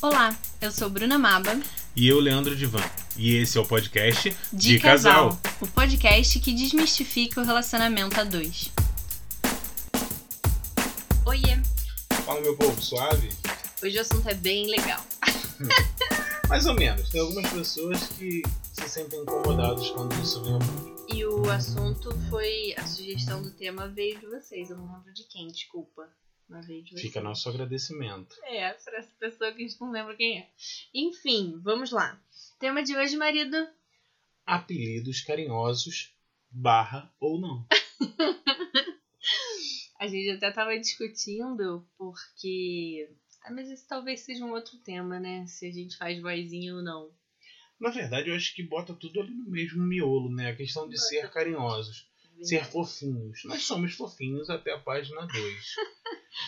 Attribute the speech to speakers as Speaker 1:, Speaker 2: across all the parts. Speaker 1: Olá, eu sou Bruna Maba.
Speaker 2: E eu, Leandro Divan. E esse é o podcast
Speaker 1: De, Casal. o podcast que desmistifica o relacionamento a dois. Oiê,
Speaker 2: Fala, meu povo, suave?
Speaker 1: hoje o assunto é bem legal.
Speaker 2: Mais ou menos. Tem algumas pessoas que se sentem incomodadas quando isso vem ao mundo.
Speaker 1: E o assunto foi. A sugestão do tema veio de vocês, eu não lembro de quem, desculpa. Mas veio de vocês.
Speaker 2: Fica nosso agradecimento.
Speaker 1: É, pra essa pessoa que a gente não lembra quem é. Enfim, vamos lá. Tema de hoje, marido.
Speaker 2: Apelidos carinhosos, barra ou não.
Speaker 1: A gente até tava discutindo porque. Ah, mas esse talvez seja um outro tema, né? Se a gente faz boizinho ou não.
Speaker 2: Na verdade, eu acho que bota tudo ali no mesmo miolo, né? A questão de
Speaker 1: Bota.
Speaker 2: ser carinhosos, ser fofinhos. Nós somos fofinhos até a página 2.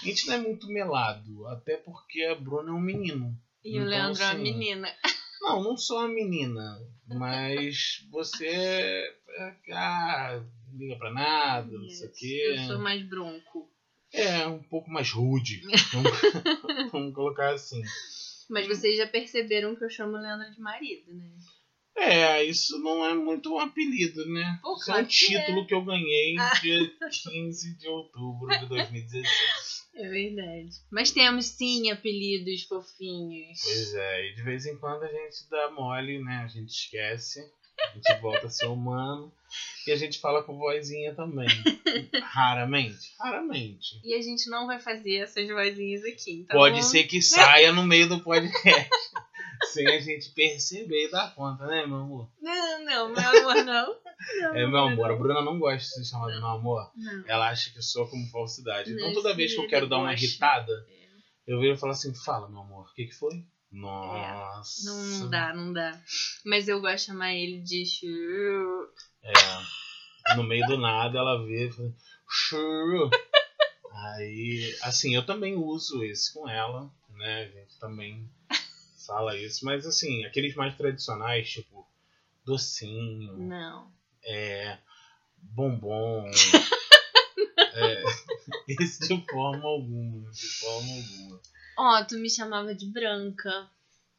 Speaker 2: A gente não é muito melado, até porque a Bruna é um menino.
Speaker 1: E o
Speaker 2: Então,
Speaker 1: Leandro é uma
Speaker 2: assim,
Speaker 1: menina.
Speaker 2: Não, não sou a menina, mas você é- é- ah, não liga pra nada, não sei o quê.
Speaker 1: Eu sou mais bronco.
Speaker 2: É, um pouco mais rude, vamos, vamos colocar assim.
Speaker 1: Mas vocês já perceberam que eu chamo o Leandro de marido, né?
Speaker 2: É, isso não é muito um apelido, né?
Speaker 1: Pô,
Speaker 2: isso é
Speaker 1: claro
Speaker 2: um
Speaker 1: que Ah.
Speaker 2: título que eu ganhei dia 15 de outubro de 2016.
Speaker 1: É verdade. Mas temos sim apelidos fofinhos.
Speaker 2: Pois é, e de vez em quando a gente dá mole, né? A gente esquece, a gente volta a ser humano e a gente fala com vozinha também. Raramente, raramente.
Speaker 1: E a gente não vai fazer essas vozinhas aqui. Então
Speaker 2: Pode ser que saia no meio do podcast. sem a gente perceber e dar conta, né, meu amor?
Speaker 1: Não, não, meu amor, não. Não,
Speaker 2: É, meu amor, a Bruna não gosta de ser chamada meu amor.
Speaker 1: Não.
Speaker 2: Ela acha que soa como falsidade. Então
Speaker 1: Não,
Speaker 2: toda
Speaker 1: sim,
Speaker 2: vez que eu
Speaker 1: ele
Speaker 2: quero dar uma
Speaker 1: gosta. É.
Speaker 2: irritada, eu viro e falo assim, fala, meu amor, o que, que foi? Nossa.
Speaker 1: Não, não É. dá, não dá. Mas eu gosto de chamar ele de Shuru.
Speaker 2: É. No meio do nada ela vê e fala, "Churu". Aí, assim, eu também uso isso com ela, né? A gente também fala isso, mas assim, aqueles mais tradicionais, tipo docinho,
Speaker 1: Não.
Speaker 2: é, bombom. é, isso de forma alguma, de forma alguma.
Speaker 1: Ó, tu me chamava de branca.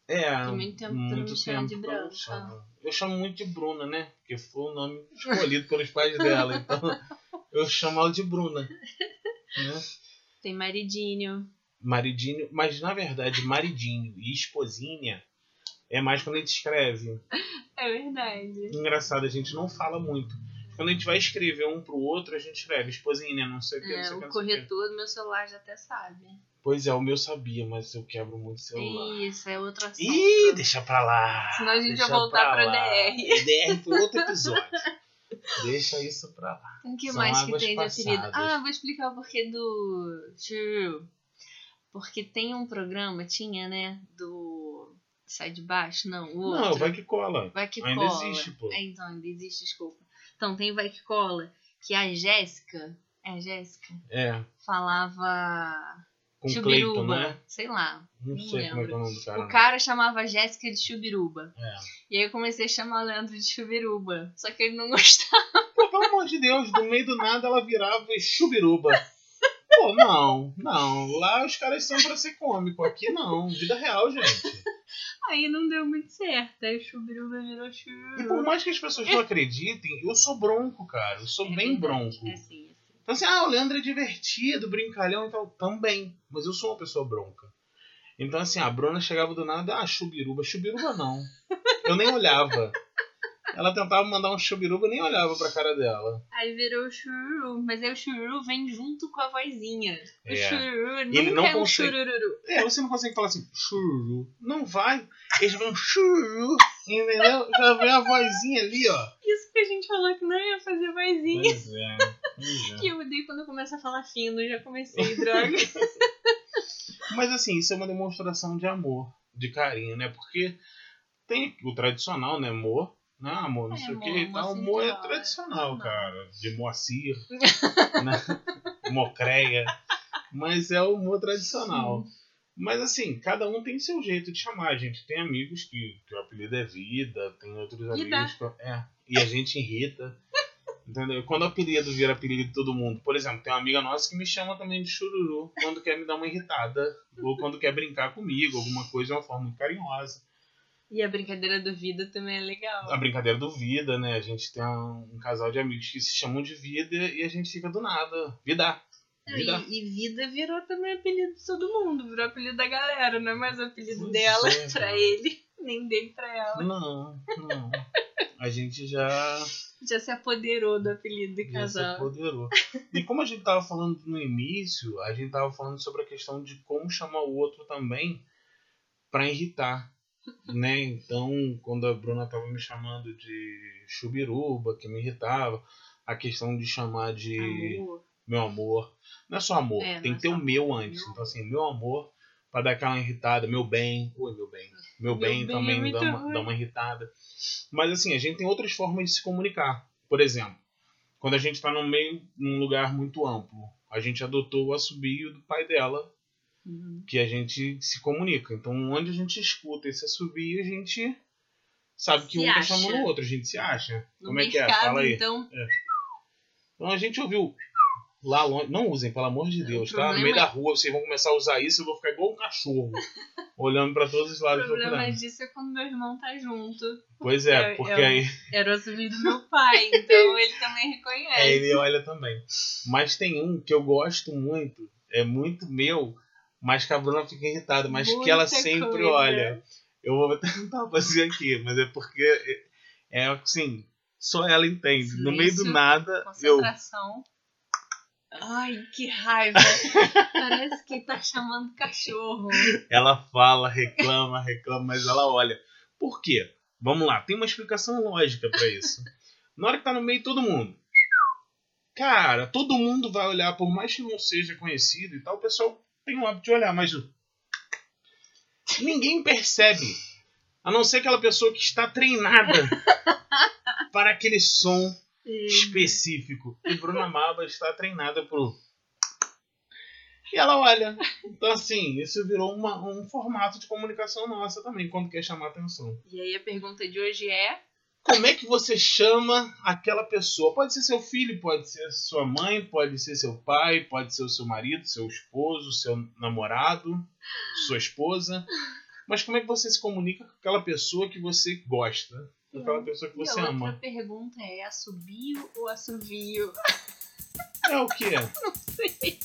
Speaker 2: É,
Speaker 1: Tem muito tempo que tu não me chama de
Speaker 2: que eu não
Speaker 1: branca.
Speaker 2: chamo. Eu chamo muito de Bruna, né? Porque foi o nome escolhido pelos pais dela. Então eu chamo ela de Bruna. Né?
Speaker 1: Tem maridinho.
Speaker 2: Maridinho. Mas na verdade, maridinho e esposinha é mais quando a gente escreve.
Speaker 1: É verdade.
Speaker 2: Engraçado, a gente não fala muito. Quando a gente vai escrever um pro outro, a gente escreve esposinha, não sei o que, não
Speaker 1: É,
Speaker 2: sei o que.
Speaker 1: o
Speaker 2: não sei o que.
Speaker 1: corretor do meu celular já até sabe.
Speaker 2: Pois é, o meu sabia, mas eu quebro muito celular.
Speaker 1: Isso, é outro assunto.
Speaker 2: Ih, deixa pra lá.
Speaker 1: Senão a gente
Speaker 2: deixa
Speaker 1: vai voltar pra
Speaker 2: lá.
Speaker 1: DR.
Speaker 2: É DR foi outro episódio. deixa isso pra lá.
Speaker 1: O que
Speaker 2: São
Speaker 1: mais que
Speaker 2: águas
Speaker 1: tem de apelido?
Speaker 2: passadas.
Speaker 1: Ah, vou explicar o porquê do Shrew. Porque tem um programa, tinha, né? Do. Sai de baixo? Não, o outro.
Speaker 2: Não, vai que cola.
Speaker 1: Vai que
Speaker 2: Ainda
Speaker 1: cola.
Speaker 2: existe, pô.
Speaker 1: É, então, ainda existe, desculpa. Então, tem Vai que cola, que a Jéssica. É a Jéssica?
Speaker 2: É,
Speaker 1: Falava.
Speaker 2: com Cleiton,
Speaker 1: chubiruba.
Speaker 2: né?
Speaker 1: Sei lá.
Speaker 2: Não
Speaker 1: Não
Speaker 2: sei como é que
Speaker 1: lembro.
Speaker 2: é o nome do cara.
Speaker 1: O cara chamava a Jéssica de Chubiruba.
Speaker 2: É.
Speaker 1: E aí eu comecei a chamar o Leandro de Chubiruba. Só que ele não gostava.
Speaker 2: Pô, pelo amor de Deus, do meio do nada ela virava chubiruba. Pô, não, não. Lá os caras são pra ser cômico. Aqui não. Vida real, gente.
Speaker 1: Aí não deu muito certo. Aí o Chubiruba virou
Speaker 2: E por
Speaker 1: Chubiruba.
Speaker 2: mais que as pessoas não acreditem, eu sou bronco, cara. Eu sou
Speaker 1: É verdade,
Speaker 2: bem bronco.
Speaker 1: É assim, é assim.
Speaker 2: Então assim, ah, o Leandro é divertido, brincalhão e tal, também. Mas eu sou uma pessoa bronca. Então assim, a Bruna chegava do nada, ah, chubiruba, chubiruba não. Eu nem olhava. Ela tentava mandar um chubiruba, eu nem olhava pra cara dela.
Speaker 1: Aí virou o chururu, mas aí o chururu vem junto com a vozinha. O
Speaker 2: É.
Speaker 1: chururu nunca
Speaker 2: Ele não
Speaker 1: é um
Speaker 2: consegue-
Speaker 1: churururu.
Speaker 2: É, você não consegue falar assim, churu. Não vai. Eles vão churu, entendeu? Já vem a vozinha ali, ó.
Speaker 1: Isso que a gente falou que não ia fazer vozinha.
Speaker 2: Pois é. Pois é.
Speaker 1: Que eu odeio quando começa a falar fino, já comecei, droga.
Speaker 2: Mas assim, isso é uma demonstração de amor, de carinho, né? Porque tem o tradicional, né? Amor, né? Amor, não
Speaker 1: É,
Speaker 2: sei o que
Speaker 1: amor,
Speaker 2: e
Speaker 1: amor
Speaker 2: tal. Amor é
Speaker 1: central,
Speaker 2: tradicional,
Speaker 1: né?
Speaker 2: cara. De Moacir, né? Mocreia. Mas é o humor tradicional. Mas assim, cada um tem seu jeito de chamar. A gente tem amigos que, que o apelido é vida, tem outros
Speaker 1: Vida.
Speaker 2: amigos que. É, e a gente irrita. Entendeu? Quando o apelido vira apelido de todo mundo. Por exemplo, tem uma amiga nossa que me chama também de chururu quando quer me dar uma irritada. ou quando quer brincar comigo, alguma coisa de uma forma muito carinhosa.
Speaker 1: E a brincadeira do vida também é legal.
Speaker 2: A brincadeira do vida, né? A gente tem um, um casal de amigos que se chamam de vida e a gente fica do nada. Vida. Vida.
Speaker 1: E, e vida virou também apelido de todo mundo, virou apelido da galera, não é mais apelido
Speaker 2: Pois
Speaker 1: dela
Speaker 2: é,
Speaker 1: pra
Speaker 2: cara.
Speaker 1: ele, nem dele pra ela.
Speaker 2: Não, não. A gente já
Speaker 1: Já se apoderou do apelido do
Speaker 2: Ia ser
Speaker 1: casal.
Speaker 2: é poderoso. E como a gente tava falando no início, a gente tava falando sobre a questão de como chamar o outro também pra irritar, né? Então, quando a Bruna tava me chamando de chubiruba, que me irritava, a questão de chamar
Speaker 1: Tá
Speaker 2: de
Speaker 1: Amor.
Speaker 2: meu amor, não é só amor,
Speaker 1: É, não
Speaker 2: tem
Speaker 1: é
Speaker 2: que ter
Speaker 1: só
Speaker 2: o
Speaker 1: amor,
Speaker 2: meu antes.
Speaker 1: meu
Speaker 2: Então assim, meu amor pra dar aquela irritada, meu bem, oi meu bem, meu, bem,
Speaker 1: bem é
Speaker 2: também
Speaker 1: muito
Speaker 2: dá, uma,
Speaker 1: ruim.
Speaker 2: dá uma irritada. Mas assim, a gente tem outras formas de se comunicar. Por exemplo, quando a gente está num meio, num lugar muito amplo, a gente adotou o assobio do pai dela,
Speaker 1: Uhum.
Speaker 2: que a gente se comunica. Então, onde a gente escuta esse assobio, a gente sabe que
Speaker 1: Se
Speaker 2: um está
Speaker 1: acha.
Speaker 2: chamando o outro, a gente se acha.
Speaker 1: No
Speaker 2: Como é que é?
Speaker 1: mercado,
Speaker 2: Fala aí.
Speaker 1: então,
Speaker 2: Então a gente ouviu lá longe. Não usem, pelo amor de Deus, tá? No
Speaker 1: problema
Speaker 2: meio
Speaker 1: é-
Speaker 2: da rua, vocês vão começar a usar isso, eu vou ficar igual um cachorro. olhando pra todos os
Speaker 1: o
Speaker 2: lados
Speaker 1: problema
Speaker 2: procurando.
Speaker 1: disso é quando meu irmão tá junto.
Speaker 2: Pois é,
Speaker 1: é-
Speaker 2: porque
Speaker 1: é-
Speaker 2: aí
Speaker 1: Era o assobio do meu pai, então ele também reconhece.
Speaker 2: aí É, ele olha também. Mas tem um que eu gosto muito, é muito meu, mas que a Bruna fica irritada, mas que ela
Speaker 1: Muita
Speaker 2: sempre
Speaker 1: coisa.
Speaker 2: olha. Eu vou tentar fazer aqui, mas é porque é, é assim, só ela entende. no meio do
Speaker 1: Silêncio,
Speaker 2: nada, eu.
Speaker 1: Concentração. Ai, que raiva. Parece que tá chamando cachorro.
Speaker 2: Ela fala, reclama, reclama, mas ela olha. Por quê? Vamos lá, tem uma explicação lógica pra isso. Na hora que tá no meio todo mundo. Cara, todo mundo vai olhar, por mais que não seja conhecido e tal, o pessoal tem o hábito de olhar, mas ninguém percebe. A não ser aquela pessoa que está treinada para aquele som específico. E Bruna Maba está treinada pro. E ela olha. Então, assim, isso virou uma- um formato de comunicação nossa também, quando quer chamar atenção.
Speaker 1: E aí a pergunta de hoje é:
Speaker 2: Como é que você chama aquela pessoa? Pode ser seu filho, pode ser sua mãe, pode ser seu pai, pode ser o seu marido, seu esposo, seu namorado, sua esposa. Mas como é que você se comunica com aquela pessoa que você gosta? Com aquela pessoa que
Speaker 1: e a
Speaker 2: você
Speaker 1: outra
Speaker 2: ama?
Speaker 1: pergunta é assobio ou assobio?
Speaker 2: É o quê? Não sei.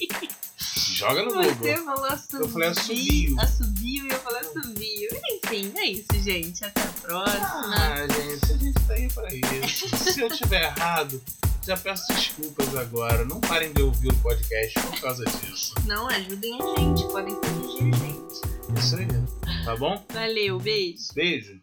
Speaker 2: Joga no Google.
Speaker 1: Você falou assobio.
Speaker 2: Eu falei assobio.
Speaker 1: Assobio e eu falei assobio. Enfim, é isso, gente. Até a próxima.
Speaker 2: Ah, gente, a gente tá aí pra isso. Se eu tiver errado, já peço desculpas agora. Não parem de ouvir o podcast por causa disso.
Speaker 1: Não ajudem a gente, podem corrigir a gente.
Speaker 2: Isso aí, É tá bom?
Speaker 1: Valeu, beijo.
Speaker 2: Beijo.